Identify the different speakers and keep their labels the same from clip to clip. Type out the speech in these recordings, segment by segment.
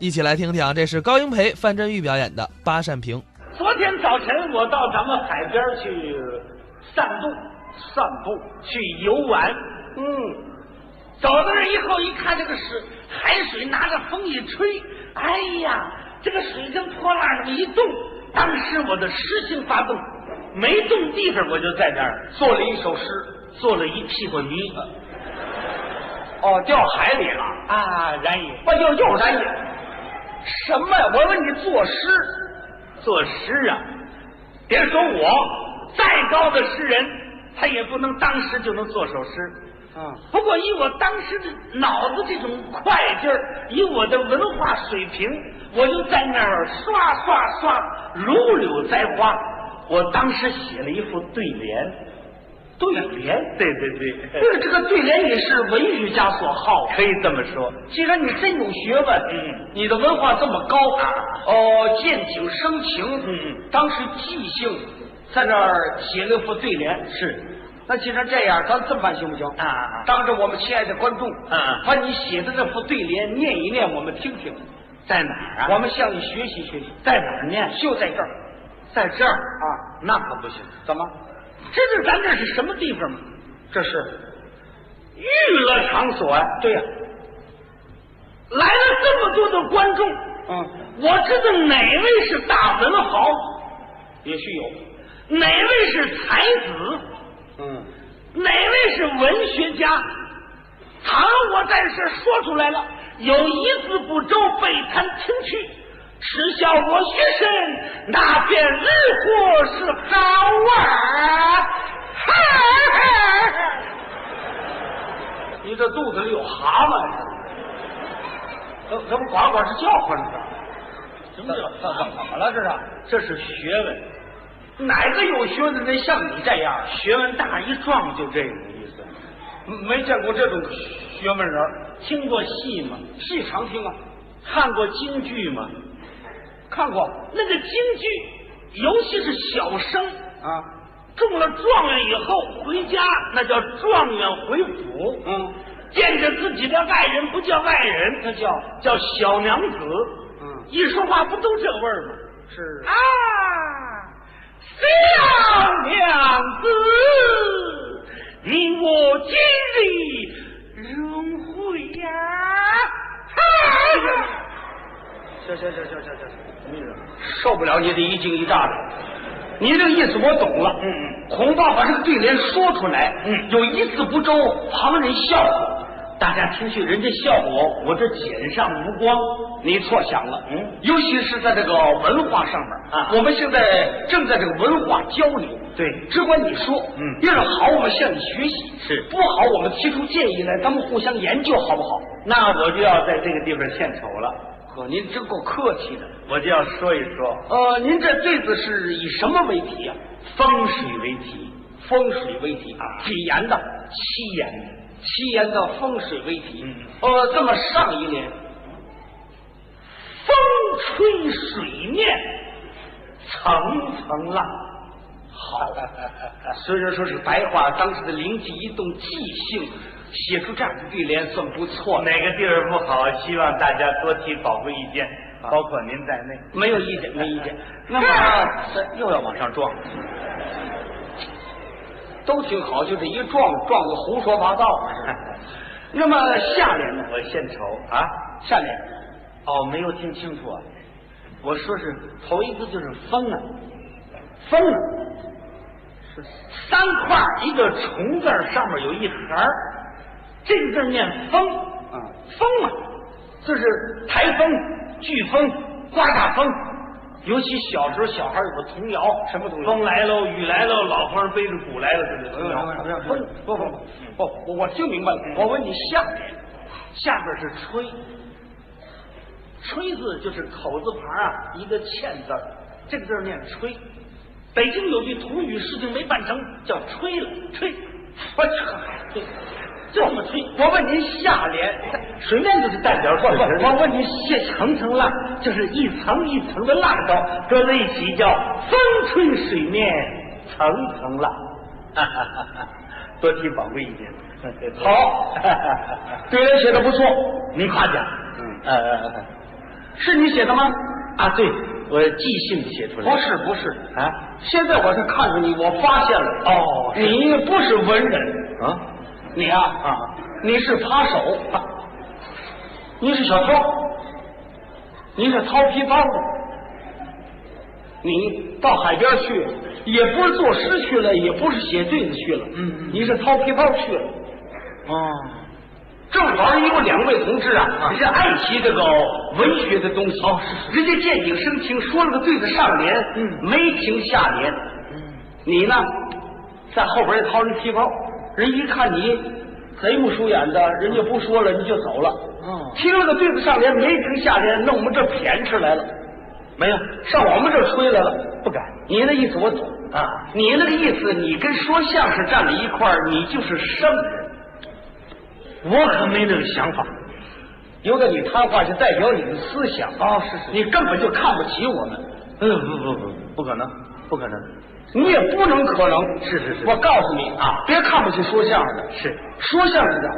Speaker 1: 一起来听听啊，这是高英培、范振钰表演的《八扇屏》。
Speaker 2: 昨天早晨我到咱们海边去散步，散步去游玩。嗯，走到那儿以后一看，这个水海水拿着风一吹，哎呀，这个水跟破浪那么一动，当时我的诗心发动，没动地方我就在那儿做了一首诗，做了一屁股泥。
Speaker 3: 哦，掉海里了。哎
Speaker 2: 啊，然也
Speaker 3: 那就又然也。什么呀？我问你作诗，
Speaker 2: 作诗啊，别说我，再高的诗人，他也不能当时就能做首诗。
Speaker 3: 嗯，
Speaker 2: 不过以我当时的脑子这种快劲儿，以我的文化水平，我就在那儿刷刷刷，如柳栽花。我当时写了一副对联，对联，对对对，
Speaker 3: 这个对联也是文学家所好。
Speaker 2: 可以这么说。
Speaker 3: 既然你真有学问，
Speaker 2: 嗯啊
Speaker 3: 你的文化这么高，哦，见景生情，
Speaker 2: 嗯
Speaker 3: 当时即兴在那儿写了副对联。
Speaker 2: 是，
Speaker 3: 那既然这样，咱这么办行不行？
Speaker 2: 啊啊啊
Speaker 3: 当着我们亲爱的观众，
Speaker 2: 啊
Speaker 3: 把你写的这副对联念一念，我们听听，
Speaker 2: 在哪儿啊？
Speaker 3: 我们向你学习学习。
Speaker 2: 在哪儿念？
Speaker 3: 就在这儿，
Speaker 2: 在这儿
Speaker 3: 啊
Speaker 2: 那可不行。
Speaker 3: 怎么？
Speaker 2: 这是咱这是什么地方吗？
Speaker 3: 这是
Speaker 2: 娱乐场所呀、
Speaker 3: 对呀、
Speaker 2: 来了这么多的观众，
Speaker 3: 嗯，
Speaker 2: 我知道哪位是大文豪，
Speaker 3: 也许有，
Speaker 2: 哪位是才子，
Speaker 3: 嗯，
Speaker 2: 哪位是文学家。倘若我在这说出来了，有一字不周，被他听去，耻笑我学生，那便日后是好啊！哈哈哈
Speaker 3: 你这肚子里有蛤蟆呀？怎怎么呱呱直叫唤呢？
Speaker 2: 什么叫
Speaker 3: 怎怎怎么了这
Speaker 2: 这
Speaker 3: 是？
Speaker 2: 是学问，
Speaker 3: 哪个有学问的人像你这样？
Speaker 2: 学问大一撞就这个意思。
Speaker 3: 没见过这种学问人儿，
Speaker 2: 听过戏吗？
Speaker 3: 戏常听啊，
Speaker 2: 看过京剧吗？
Speaker 3: 看过
Speaker 2: 那个京剧，尤其是小生，
Speaker 3: 啊，
Speaker 2: 中了状元以后回家，那叫状元回府，
Speaker 3: 嗯，
Speaker 2: 见着自己的爱人不叫爱人，
Speaker 3: 那叫
Speaker 2: 叫小娘子。
Speaker 3: 嗯
Speaker 2: 一说话不都这味儿吗？
Speaker 3: 是
Speaker 2: 啊，小娘子，你我今日容会呀、
Speaker 3: 哎
Speaker 2: 哈
Speaker 3: 行行行行行行，什么意思？受不了你这一惊一乍的，你这个意思我懂了。
Speaker 2: 嗯嗯，
Speaker 3: 恐怕把这个对联说出来，
Speaker 2: 嗯
Speaker 3: 有一字不周，旁人笑话。大家听去，人家笑话我，我这减上无光。你错想了，
Speaker 2: 嗯
Speaker 3: 尤其是在这个文化上面
Speaker 2: 啊
Speaker 3: 我们现在正在这个文化交流，
Speaker 2: 对
Speaker 3: 只管你说，
Speaker 2: 嗯
Speaker 3: 要是好，我们向你学习；
Speaker 2: 是
Speaker 3: 不好，我们提出建议来，咱们互相研究，好不好？
Speaker 2: 那我就要在这个地方献丑了。
Speaker 3: 呵，您真够客气的。
Speaker 2: 我就要说一说
Speaker 3: 呃，您这对子是以什么为题啊？
Speaker 2: 风水为题，
Speaker 3: 风水为题
Speaker 2: 啊
Speaker 3: 几言的？
Speaker 2: 七言
Speaker 3: 七言的风水为题。
Speaker 2: 嗯
Speaker 3: 呃，这么上一年，
Speaker 2: 风吹水面，层层浪。
Speaker 3: 好，虽然说是白话，当时的灵机一动，即兴写出这样的对联，算不错的。
Speaker 2: 哪个地方不好？希望大家多提宝贵意见，
Speaker 3: 啊
Speaker 2: 包括您在内。
Speaker 3: 没有意见，没意见。那
Speaker 2: 啊
Speaker 3: 么这又要往上撞，都挺好，就这一撞撞的胡说八道嘛。那么下联呢？
Speaker 2: 我献丑啊！
Speaker 3: 下联
Speaker 2: 哦，没有听清楚啊！我说是头一个就是风啊，
Speaker 3: 风呢？
Speaker 2: 三块儿一个虫字儿上面有一横儿，这个字儿念风
Speaker 3: 嗯
Speaker 2: 风嘛，就是台风、飓风、刮大风。尤其小时候，小孩有个童谣，
Speaker 3: 什么童谣
Speaker 2: 风来喽，雨来喽，老和尚背着鼓来了，这个童谣。
Speaker 3: 不不不不不，我我听明白了。我问你下联，
Speaker 2: 下边是吹，吹字就是口字旁啊，一个欠字儿，这个字儿念吹。北京有句土语，事情没办成叫吹了，吹，我吹，就这么吹。
Speaker 3: 我问您下联，水面就是代表不不，我问您下层层浪，
Speaker 2: 就是一层一层的浪高，搁在一起叫风吹水面层层浪。 多提宝贵意 见。
Speaker 3: 好对联写的不错，
Speaker 2: 您夸奖。
Speaker 3: 嗯
Speaker 2: 呃，是你写的吗？
Speaker 4: 啊，对，我即兴写出来
Speaker 2: 不
Speaker 4: 的。
Speaker 2: 是，不是
Speaker 4: 啊！
Speaker 2: 现在我是看着你，我发现了，
Speaker 4: 哦是
Speaker 2: 你不是文人，
Speaker 4: 啊，
Speaker 2: 你啊啊，你是扒手，你是小偷，你是掏皮包子，你到海边去，也不是作诗去了，也不是写对子去了，
Speaker 4: 嗯嗯
Speaker 2: 你是掏皮包去了。
Speaker 4: 哦，
Speaker 2: 正好因为两位同志啊，
Speaker 4: 啊哦
Speaker 2: 人家爱惜这个文学的东西，人家见景生情，说了个对子上联，
Speaker 4: 嗯
Speaker 2: 没停下联。你呢，在后边掏人皮包，人一看你贼不疏眼的，人家不说了，你就走了。
Speaker 4: 哦
Speaker 2: 听了个对子上联，没停下联，弄我们这谝吃来了，
Speaker 4: 没有，
Speaker 2: 上我们这儿吹来了。
Speaker 4: 不敢
Speaker 2: 你那意思我懂
Speaker 4: 啊，
Speaker 2: 你那个意思，你跟说相声站在一块儿，你就是圣人。
Speaker 4: 我可没那个想法。
Speaker 2: 由得你谈话是代表你的思想
Speaker 4: 哦是是
Speaker 2: 你根本就看不起我们，
Speaker 4: 嗯，不不不，不可能，不可能。
Speaker 2: 你也不能可能。
Speaker 4: 是是是
Speaker 2: 我告诉你啊，别看不起说相声的，
Speaker 4: 是
Speaker 2: 说相声的，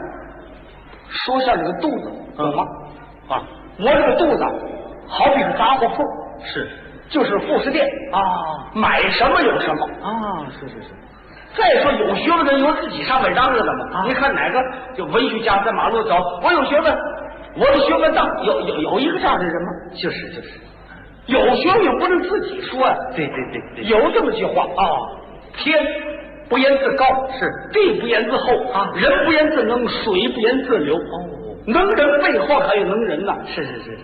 Speaker 2: 说相声的肚子懂吗？
Speaker 4: 嗯啊，
Speaker 2: 我这个肚子好比是杂货铺，
Speaker 4: 是
Speaker 2: 就是副食店，
Speaker 4: 啊
Speaker 2: 买什么有什么。
Speaker 4: 啊，是是是，
Speaker 2: 再说有学问的人有自己上本嚷嚷的
Speaker 4: 啊
Speaker 2: 嘛。你看哪个就文学家在马路走，我有学问，我的学问大，有有有一个这样的人吗？
Speaker 4: 就是就是，
Speaker 2: 有学问也不能自己说呀、啊
Speaker 4: 对对对对，
Speaker 2: 有这么句话啊，天不言自高，
Speaker 4: 是
Speaker 2: 地不言自厚
Speaker 4: 啊
Speaker 2: 人不言自能，水不言自流。
Speaker 4: 哦
Speaker 2: 能人背后还有能人呐，
Speaker 4: 是是是，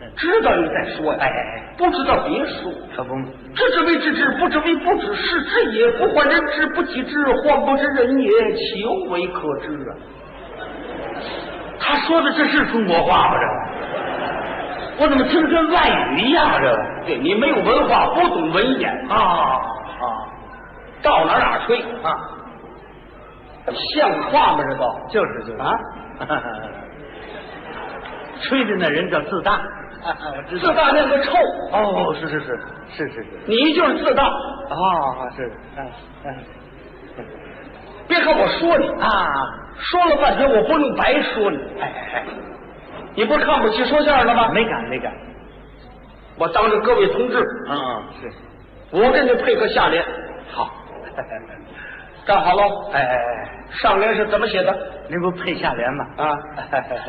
Speaker 4: 嗯
Speaker 2: 知道你再说呀，
Speaker 4: 哎哎哎，
Speaker 2: 不知道别说。
Speaker 4: 可不嘛，
Speaker 2: 知之为知之，不知为不知，是知也。不患人之不己知，患不知人也，其无为可知啊？
Speaker 4: 他说的这是中国话吗？这，我怎么听着跟外语一样啊？这个
Speaker 2: 对你没有文化，不懂文言，
Speaker 4: 啊啊，
Speaker 2: 到哪儿哪儿吹
Speaker 4: 啊，
Speaker 2: 像话吗？这都
Speaker 4: 就是就是
Speaker 2: 啊，
Speaker 4: 吹的那人叫自 大。我知
Speaker 2: 自大那个臭，
Speaker 4: 哦，是是是是是是，
Speaker 2: 你就是自大。
Speaker 4: 啊是，嗯嗯
Speaker 2: 别看我说你，
Speaker 4: 啊。
Speaker 2: 说了半天我不能白说你。
Speaker 4: 哎哎
Speaker 2: 你不是看不起说相声的
Speaker 4: 哎，
Speaker 2: 吗？
Speaker 4: 没敢没敢，
Speaker 2: 我当着各位同志，
Speaker 4: 嗯是，
Speaker 2: 我跟你配合下联，
Speaker 4: 好，哎
Speaker 2: 站好喽。
Speaker 4: 哎哎哎，
Speaker 2: 上联是怎么写的？
Speaker 4: 您不配下联吗？
Speaker 2: 啊，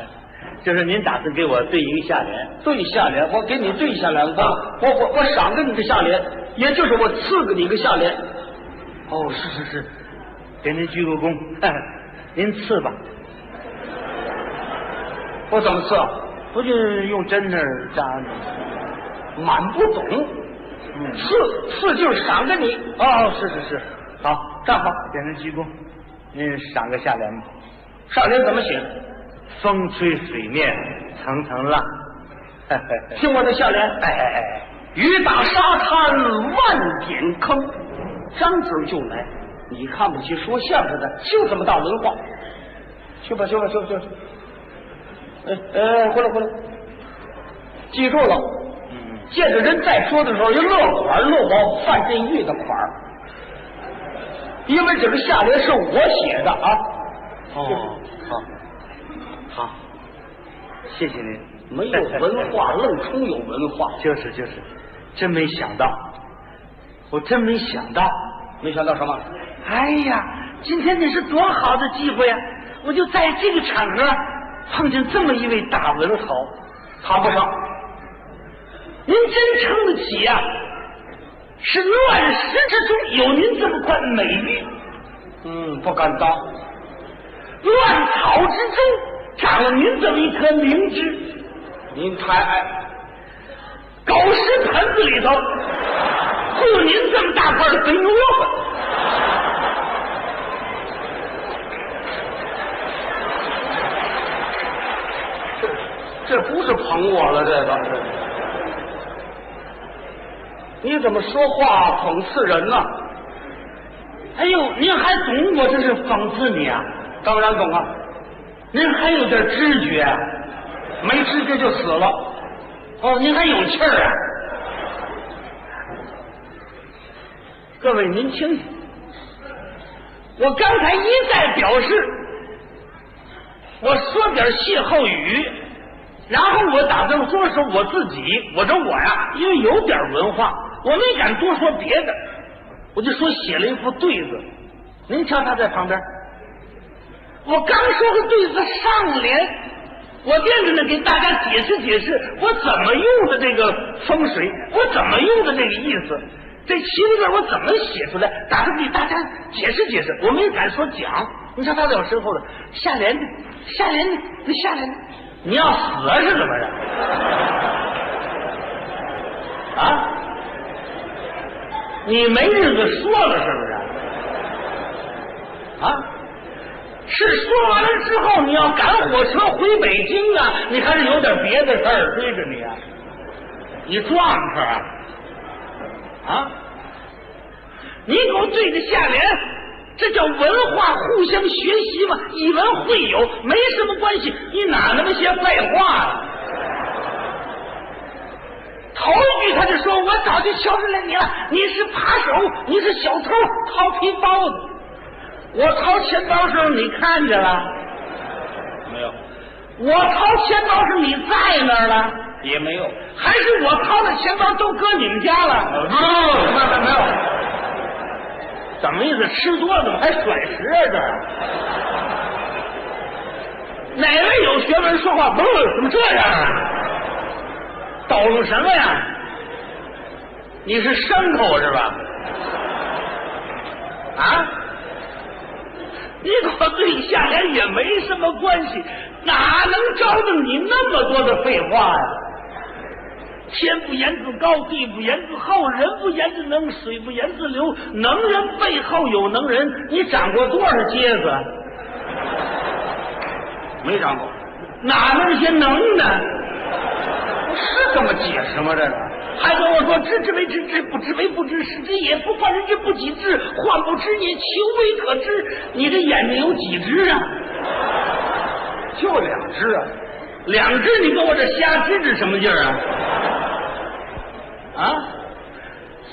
Speaker 4: 就是您打算给我对一个下联，
Speaker 2: 对下联，我给你对下联，
Speaker 4: 啊
Speaker 2: 我我我我赏给你个下联，也就是我赐给你一个下联。
Speaker 4: 哦是是是，给您鞠个躬， 您刺吧，
Speaker 2: 我怎么赐啊？
Speaker 4: 不就是用针那儿扎的？
Speaker 2: 满不懂，
Speaker 4: 嗯，
Speaker 2: 赐赐就是赏给你。
Speaker 4: 哦是是是，好，
Speaker 2: 站好，
Speaker 4: 给您鞠躬，您赏个下联吧，
Speaker 2: 上联怎么写的？
Speaker 4: 风吹水面层层浪，
Speaker 2: 听我的下联，
Speaker 4: 哎哎哎，
Speaker 2: 雨打沙滩万点坑，张嘴就来。你看不起说相声的，就这么大文化。去吧，去吧，去吧，去吧。哎哎，回来，回来。记住了，
Speaker 4: 嗯，
Speaker 2: 见着人再说的时候，要乐款乐我范振玉的款儿因为这个下联是我写的啊。
Speaker 4: 哦好，好，谢谢您。
Speaker 2: 没有文化，愣充有文化。
Speaker 4: 就是就是，真没想到，我真没想到。
Speaker 2: 没想到什么？
Speaker 4: 哎呀，今天这是多好的机会啊！我就在这个场合碰见这么一位大文豪，
Speaker 2: 谈不上。
Speaker 4: 您真撑得起呀、是乱世之中有您这么块美玉，
Speaker 2: 嗯，不敢当。
Speaker 4: 乱草之中长了您这么一颗灵芝，
Speaker 2: 您太爱。
Speaker 4: 狗食盆子里头护您这么大块肥萝卜。
Speaker 2: 这不是捧我了，这个。你怎么说话讽刺人呢、
Speaker 4: 哎呦，您还懂我这是讽刺你啊？
Speaker 2: 当然懂啊，
Speaker 4: 您还有点知觉啊？
Speaker 2: 没知觉就死了。
Speaker 4: 哦，您还有气儿啊？各位，您听听，我刚才一再表示，我说点歇后语，
Speaker 2: 然后我打算说说我自己，我说我呀，因为有点文化，我没敢多说别的，我就说写了一副对子。您瞧他在旁边，我刚说个对子上联，我惦着呢给大家解释解释我怎么用的这个风水，我怎么用的这个意思，这七个字我怎么写出来，打算给大家解释解释，我没敢说讲。你瞧他在我身后呢，下联呢，下联呢，那下联呢，你要死啊是怎么着？啊？你没日子说了是不是？啊？是说完了之后，你要赶火车回北京啊，你还是有点别的事儿追着你啊？你撞车啊？啊？你给我对着下联，这叫文化互相学习嘛，以文会友，没什么关系。你哪那么些废话啊？头一句他就说：“我早就瞧出来你了，你是扒手，你是小偷，掏皮包子。”我掏钱包时候你看见了没有？我掏钱包时候你在那儿了也没有？还是我掏的钱包都搁你们家了？哦，那那没有。怎么意思？吃多了怎么还甩食啊？这儿哪位有学问说话不怎么这样啊？抖搂什么呀？你是牲口是吧？啊？你跟我对下联也没什么关系，哪能招着你那么多的废话呀、天不言自高，地不言自厚，人不言自能，水不言自流。能人背后有能人，你长过多少疖子？啊没长过，哪那么些能呢？是这么解释吗？这个
Speaker 4: 啊
Speaker 2: 还跟我说知之为知之，不知为不知，是知也。不患人之不己知，患不知也，求为可知。你这眼睛有几只啊？就两只啊，两只你跟我这瞎支支什么劲儿啊？啊！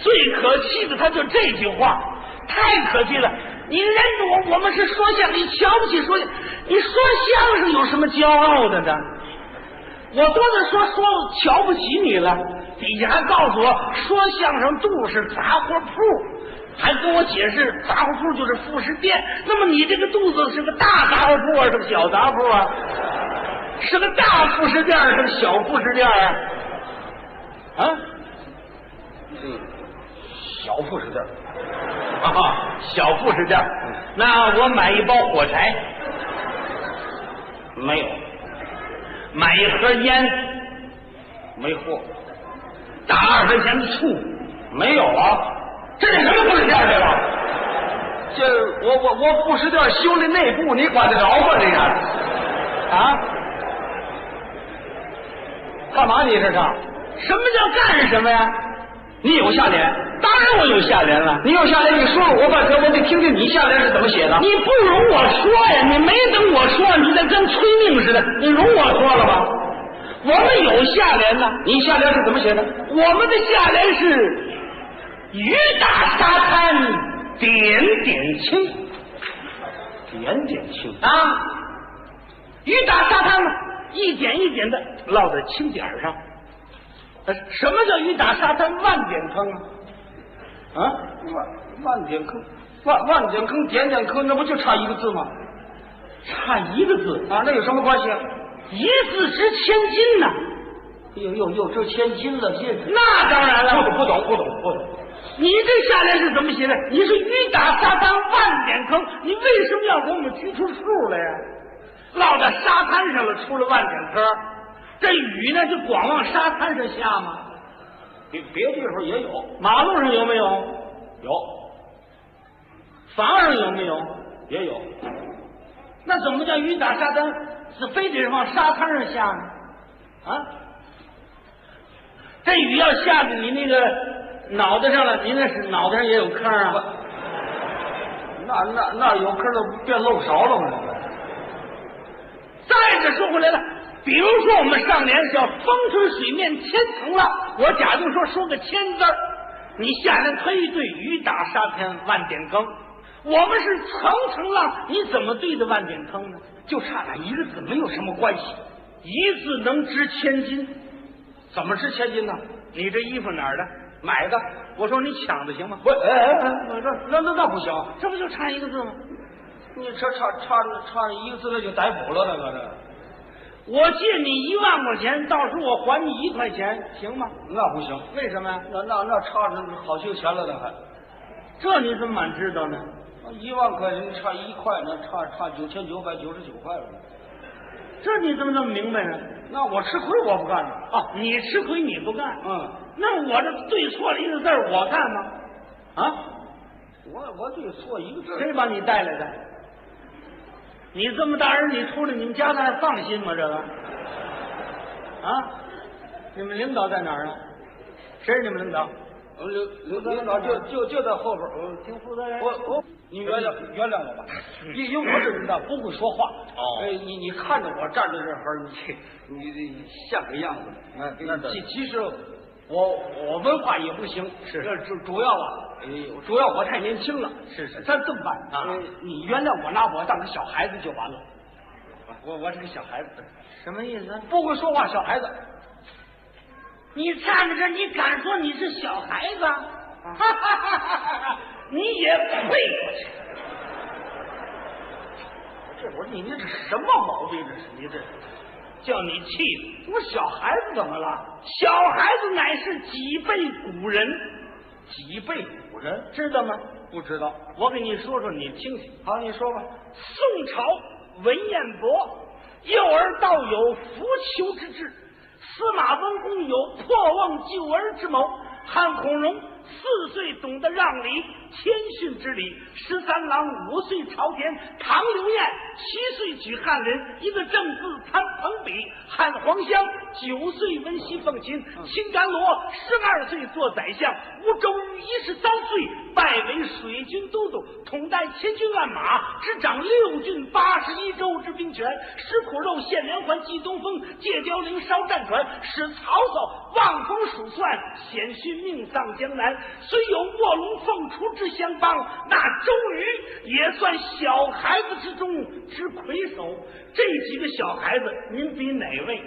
Speaker 2: 最可气的，他就这句话，太可气了。你认着我，我们是说相声，你瞧不起说相声，你说相声有什么骄傲的呢？我多的说说瞧不起你了，底下还告诉我说相声杜是杂货铺，还跟我解释杂货铺就是副食店。那么你这个肚子是个大杂货铺啊，是个小杂货铺啊？是个大副食店儿是个小副食店儿啊？啊？嗯，小副食店啊，小副食店儿。那我买一包火柴，没有。买一盒烟，没货；打二分钱的醋，没有啊。这是什么副食店去了？这我我我副食店修的内部，你管得着吗？这个啊？干嘛你这是？什么叫干什么呀？你有下联？当然我有下联了。你有下联，你说了我半天，我得听听你下联是怎么写的。你不容我说呀，你没等我说，你得跟催命似的。你容我说了吗？我们有下联呢。你下联是怎么写的？我们的下联是雨打沙滩点点青
Speaker 3: 点点青，
Speaker 2: 啊，雨打沙滩呢，一点一点的落在青点儿上。呃什么叫雨打沙滩万点坑啊？
Speaker 3: 啊，万万点坑，万万点坑，点点坑，那不就差一个字吗？
Speaker 2: 差一个字，
Speaker 3: 啊，那有什么关系啊？
Speaker 2: 一字值千金呐、
Speaker 3: 哟哟哟，这千金了，这
Speaker 2: 那当然了，
Speaker 3: 不懂不懂不懂不懂，
Speaker 2: 你这下联是怎么写的？你是雨打沙滩万点坑，你为什么要给我们举出数来呀、落在沙滩上了，出了万点坑，这雨呢就光往沙滩上下吗？
Speaker 3: 别别地方也有
Speaker 2: 马路上有没有？
Speaker 3: 有
Speaker 2: 房上有没有？
Speaker 3: 也有，
Speaker 2: 那怎么叫雨打沙滩？是非得往沙滩上下呢？啊？这雨要下在你那个脑袋上了，你那是脑袋上也有坑啊？
Speaker 3: 那那那有坑都变漏勺了吗？
Speaker 2: 再者说回来了，比如说我们上联是要风吹水面千层浪，我假定说说个千字儿你下联推一对雨打沙滩万点坑，我们是层层浪，你怎么对的万点坑呢？就差那一个字，没有什么关系。一字能值千金。
Speaker 3: 怎么值千金呢？
Speaker 2: 你这衣服哪儿的？
Speaker 3: 买的。
Speaker 2: 我说你抢的行吗？
Speaker 3: 不，哎哎哎，我说那那那不行，
Speaker 2: 这不就差一个字吗？
Speaker 3: 你这差差差一个字那就逮捕了，那个这个
Speaker 2: 我借你一万块钱，到时候我还你一块钱，行吗？
Speaker 3: 那不行，
Speaker 2: 为什么呀？
Speaker 3: 那那那差着好些钱了，那还
Speaker 2: 这你怎么满知道呢？
Speaker 3: 一万块钱差一块，那差差九千九百九十九块了。
Speaker 2: 这你怎么那么明白呢？
Speaker 3: 那我吃亏我不干了
Speaker 2: 哦，你吃亏你不干，
Speaker 3: 嗯
Speaker 2: 那我这对错了一个字儿我干吗？啊，
Speaker 3: 我我对错一个字
Speaker 2: 谁把你带来的？你这么大人，你出来你们家的还放心吗？这个啊，你们领导在哪儿啊？谁是你们领导？
Speaker 3: 呃领领领导就就就在后边儿，呃
Speaker 2: 听负责人
Speaker 3: 我我你原谅原谅我 吧，因因为我这人呢不会说话。
Speaker 2: 哦
Speaker 3: 哎，你你看着我站在这儿，你你你像个样子。
Speaker 2: 那那
Speaker 3: 其其实我我文化也不行，
Speaker 2: 是
Speaker 3: 这主主要啊，哎主要我太年轻了。
Speaker 2: 是是
Speaker 3: 咱这么办
Speaker 2: 啊
Speaker 3: 呃你原谅我，拿我当个小孩子就完了。我我是个小孩子，
Speaker 2: 什么意思？
Speaker 3: 不会说话小孩子。
Speaker 2: 你站在这儿，你敢说你是小孩子？哈哈哈哈
Speaker 3: 啊
Speaker 2: 哈！你也配？
Speaker 3: 这我说你这什么毛病？这是你这。
Speaker 2: 叫你气的！
Speaker 3: 我小孩子怎么了？
Speaker 2: 小孩子乃是几辈古人，
Speaker 3: 几辈古人
Speaker 2: 知道吗？
Speaker 3: 不知道。
Speaker 2: 我给你说说，你听听。
Speaker 3: 好，你说吧。
Speaker 2: 宋朝文彦博，幼儿道有扶求之志，司马温公有破瓮救儿之谋，汉孔融四岁懂得让梨、谦逊之礼，十三郎五岁朝田，唐刘晏七岁举翰林，一个正字参朋笔，汉黄香九岁温习奉琴，秦甘罗十二岁做宰相，吴周瑜一十三岁拜为水军都督，统带千军万马，执掌六郡八十一州之兵权，食苦肉，献连环，祭东风，借雕翎，烧战船，使曹操望风鼠窜，险逊命丧江南。虽有卧龙凤雏之相帮，那周瑜也算小孩子之中之魁首。这几个小孩子，您比哪位？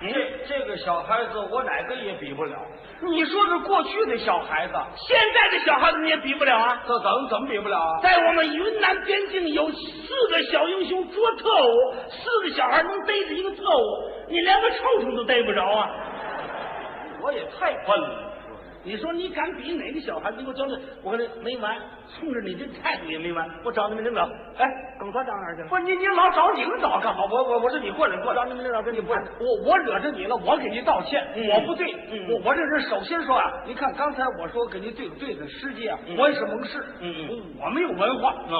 Speaker 3: 这这个小孩子，我哪个也比不了。你说这过去的小孩子，
Speaker 2: 现在的小孩子你也比不了啊！
Speaker 3: 这怎么怎么比不了啊？
Speaker 2: 在我们云南边境有四个小英雄捉特务，四个小孩能逮着一个特务，你连个臭虫都逮不着啊！
Speaker 3: 我也太笨了。
Speaker 2: 你说你敢比哪个小孩子？你给我交代！我跟你没完，冲着你这态度也没完。我找你们领导，哎，耿川到哪儿去了？
Speaker 3: 不是你你老找领导干嘛？我我我说你过来过来，
Speaker 2: 找你们领导跟你
Speaker 3: 不是我我惹着你了，我给您道歉，
Speaker 2: 嗯
Speaker 3: 我不对，
Speaker 2: 嗯
Speaker 3: 我我这人首先说啊，你看刚才我说给您对不对的师姐啊，
Speaker 2: 嗯
Speaker 3: 我也是蒙氏，
Speaker 2: 嗯嗯
Speaker 3: 我我没有文化，
Speaker 2: 啊，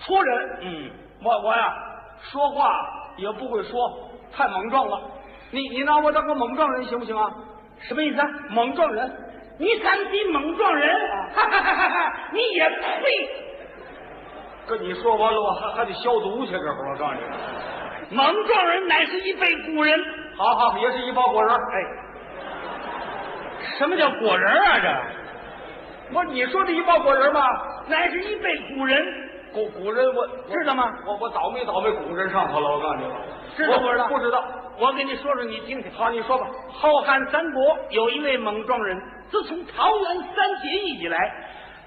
Speaker 3: 粗人，
Speaker 2: 嗯，
Speaker 3: 我我呀，说话也不会说，太莽撞了。你你拿我当个莽撞人行不行啊？
Speaker 2: 什么意思啊？
Speaker 3: 莽撞人，啊
Speaker 2: 你敢比莽撞人？哈哈哈哈哈！你也配！
Speaker 3: 跟你说完了，我还还得消毒去，这会儿我告诉你。
Speaker 2: 莽撞人乃是一辈古人。
Speaker 3: 好好，也是一包果仁儿。
Speaker 2: 哎，什么叫果仁啊？这
Speaker 3: 不是你说这一包果仁吗？
Speaker 2: 乃是一辈古人，
Speaker 3: 古古人我我
Speaker 2: 知道吗？
Speaker 3: 我我倒霉倒霉古人上头了，我告诉你。
Speaker 2: 知道
Speaker 3: 我
Speaker 2: 不知道？
Speaker 3: 不知道。。
Speaker 2: 我给你说说，你听听。
Speaker 3: 好，你说吧。
Speaker 2: 后汉三国有一位莽撞人，自从桃园三结义以来，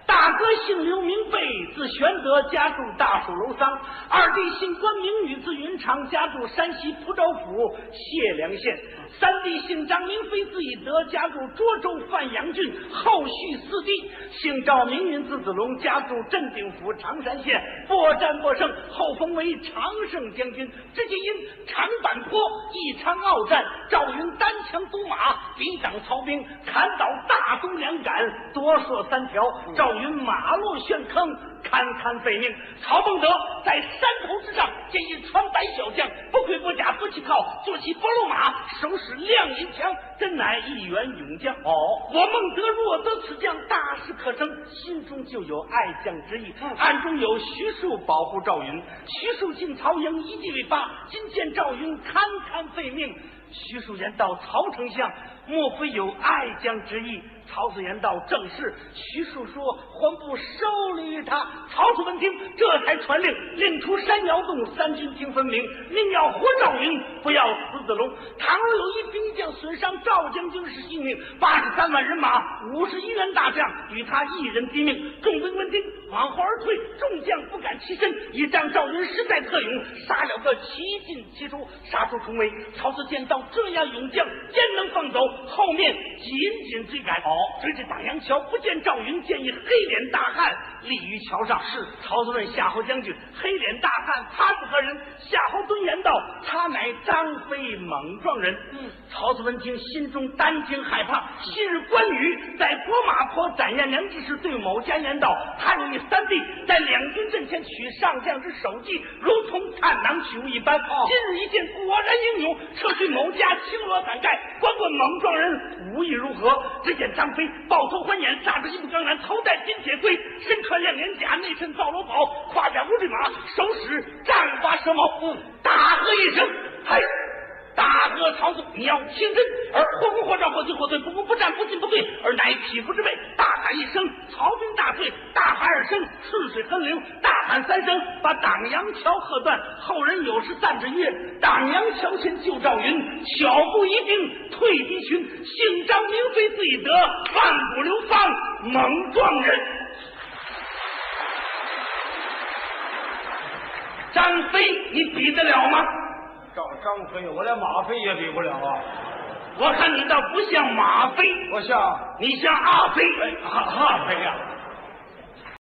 Speaker 2: 大哥姓刘名备，字玄德，家住大蜀楼桑；二弟姓关名羽，字云长，家住山西蒲州府解良县；三弟姓张名飞，字翼德，家住涿州范阳郡。后续四弟姓赵名云，字子龙，家住镇定府常山县。波战不胜，后封为常胜将军。这就因长坂坡一昌鏖战，赵云单枪独马抵挡曹兵，砍倒大东两杆，夺槊三条。赵云马落陷坑，堪堪废命。曹孟德在山头之上见一穿白小将，不盔不甲，不气靠，坐骑白鹿马，手使亮银枪，真乃一员勇将。哦，我孟德若得此将，大事可成，心中就有爱将之意。暗中有徐庶保护赵云，徐庶进曹营一计为八，今见赵云堪堪废命。徐庶言到曹丞相，莫非有爱将之意？曹子言道：“正是。”徐庶说：“还不收留于他。”曹子闻听，这才传令，令出山摇动，三军听分明，宁要活赵云，不要死子龙。倘若有一兵将损伤赵将军是性命，八十三万人马，五十一员大将，与他一人毙命。众兵闻听，往后而退，众将不敢欺身。一仗赵云实在特勇，杀了个七进七出，杀出重围。曹操见到这样勇将，焉能放走？后面紧紧追赶。哦，追至打阳桥，不见赵云，见一黑脸大汉立于桥上。是曹操问夏侯将军：“黑脸大汉他是何人？”夏侯惇言道：“他乃张飞猛撞人。”嗯，曹操闻听，心中担惊害怕。昔日关羽在博马坡斩颜良之时，对某将言道：“他有一三弟，在两军阵前取上将之首级，如同探囊取物一般。今日一见，果然英勇，撤去某家青罗伞盖，关关猛撞人，无意如何？”只见张飞抱头欢颜，大着一部钢镚，头戴金铁盔，身穿亮脸甲，内衬皂罗袍，胯下乌骓马，手使丈八蛇矛。嗯，大喝一声，嗨！大哥曹操，你要听真，而或攻或战，或进或退，不攻不战，不进不退，而乃匹夫之辈。大喊一声，曹军大退；大喊二声，顺水横流；大喊三声，把党阳桥喝断。后人有诗赞之曰：“党阳桥前救赵云，巧布疑兵退敌群。姓张名飞字翼德，万古流芳猛撞人。”张飞，你比得了吗？
Speaker 3: 照张飞，我连马飞也比不了啊！
Speaker 2: 我看你倒不像马飞，
Speaker 3: 我像
Speaker 2: 哎你像阿飞。啊
Speaker 3: 哈哈飞呀、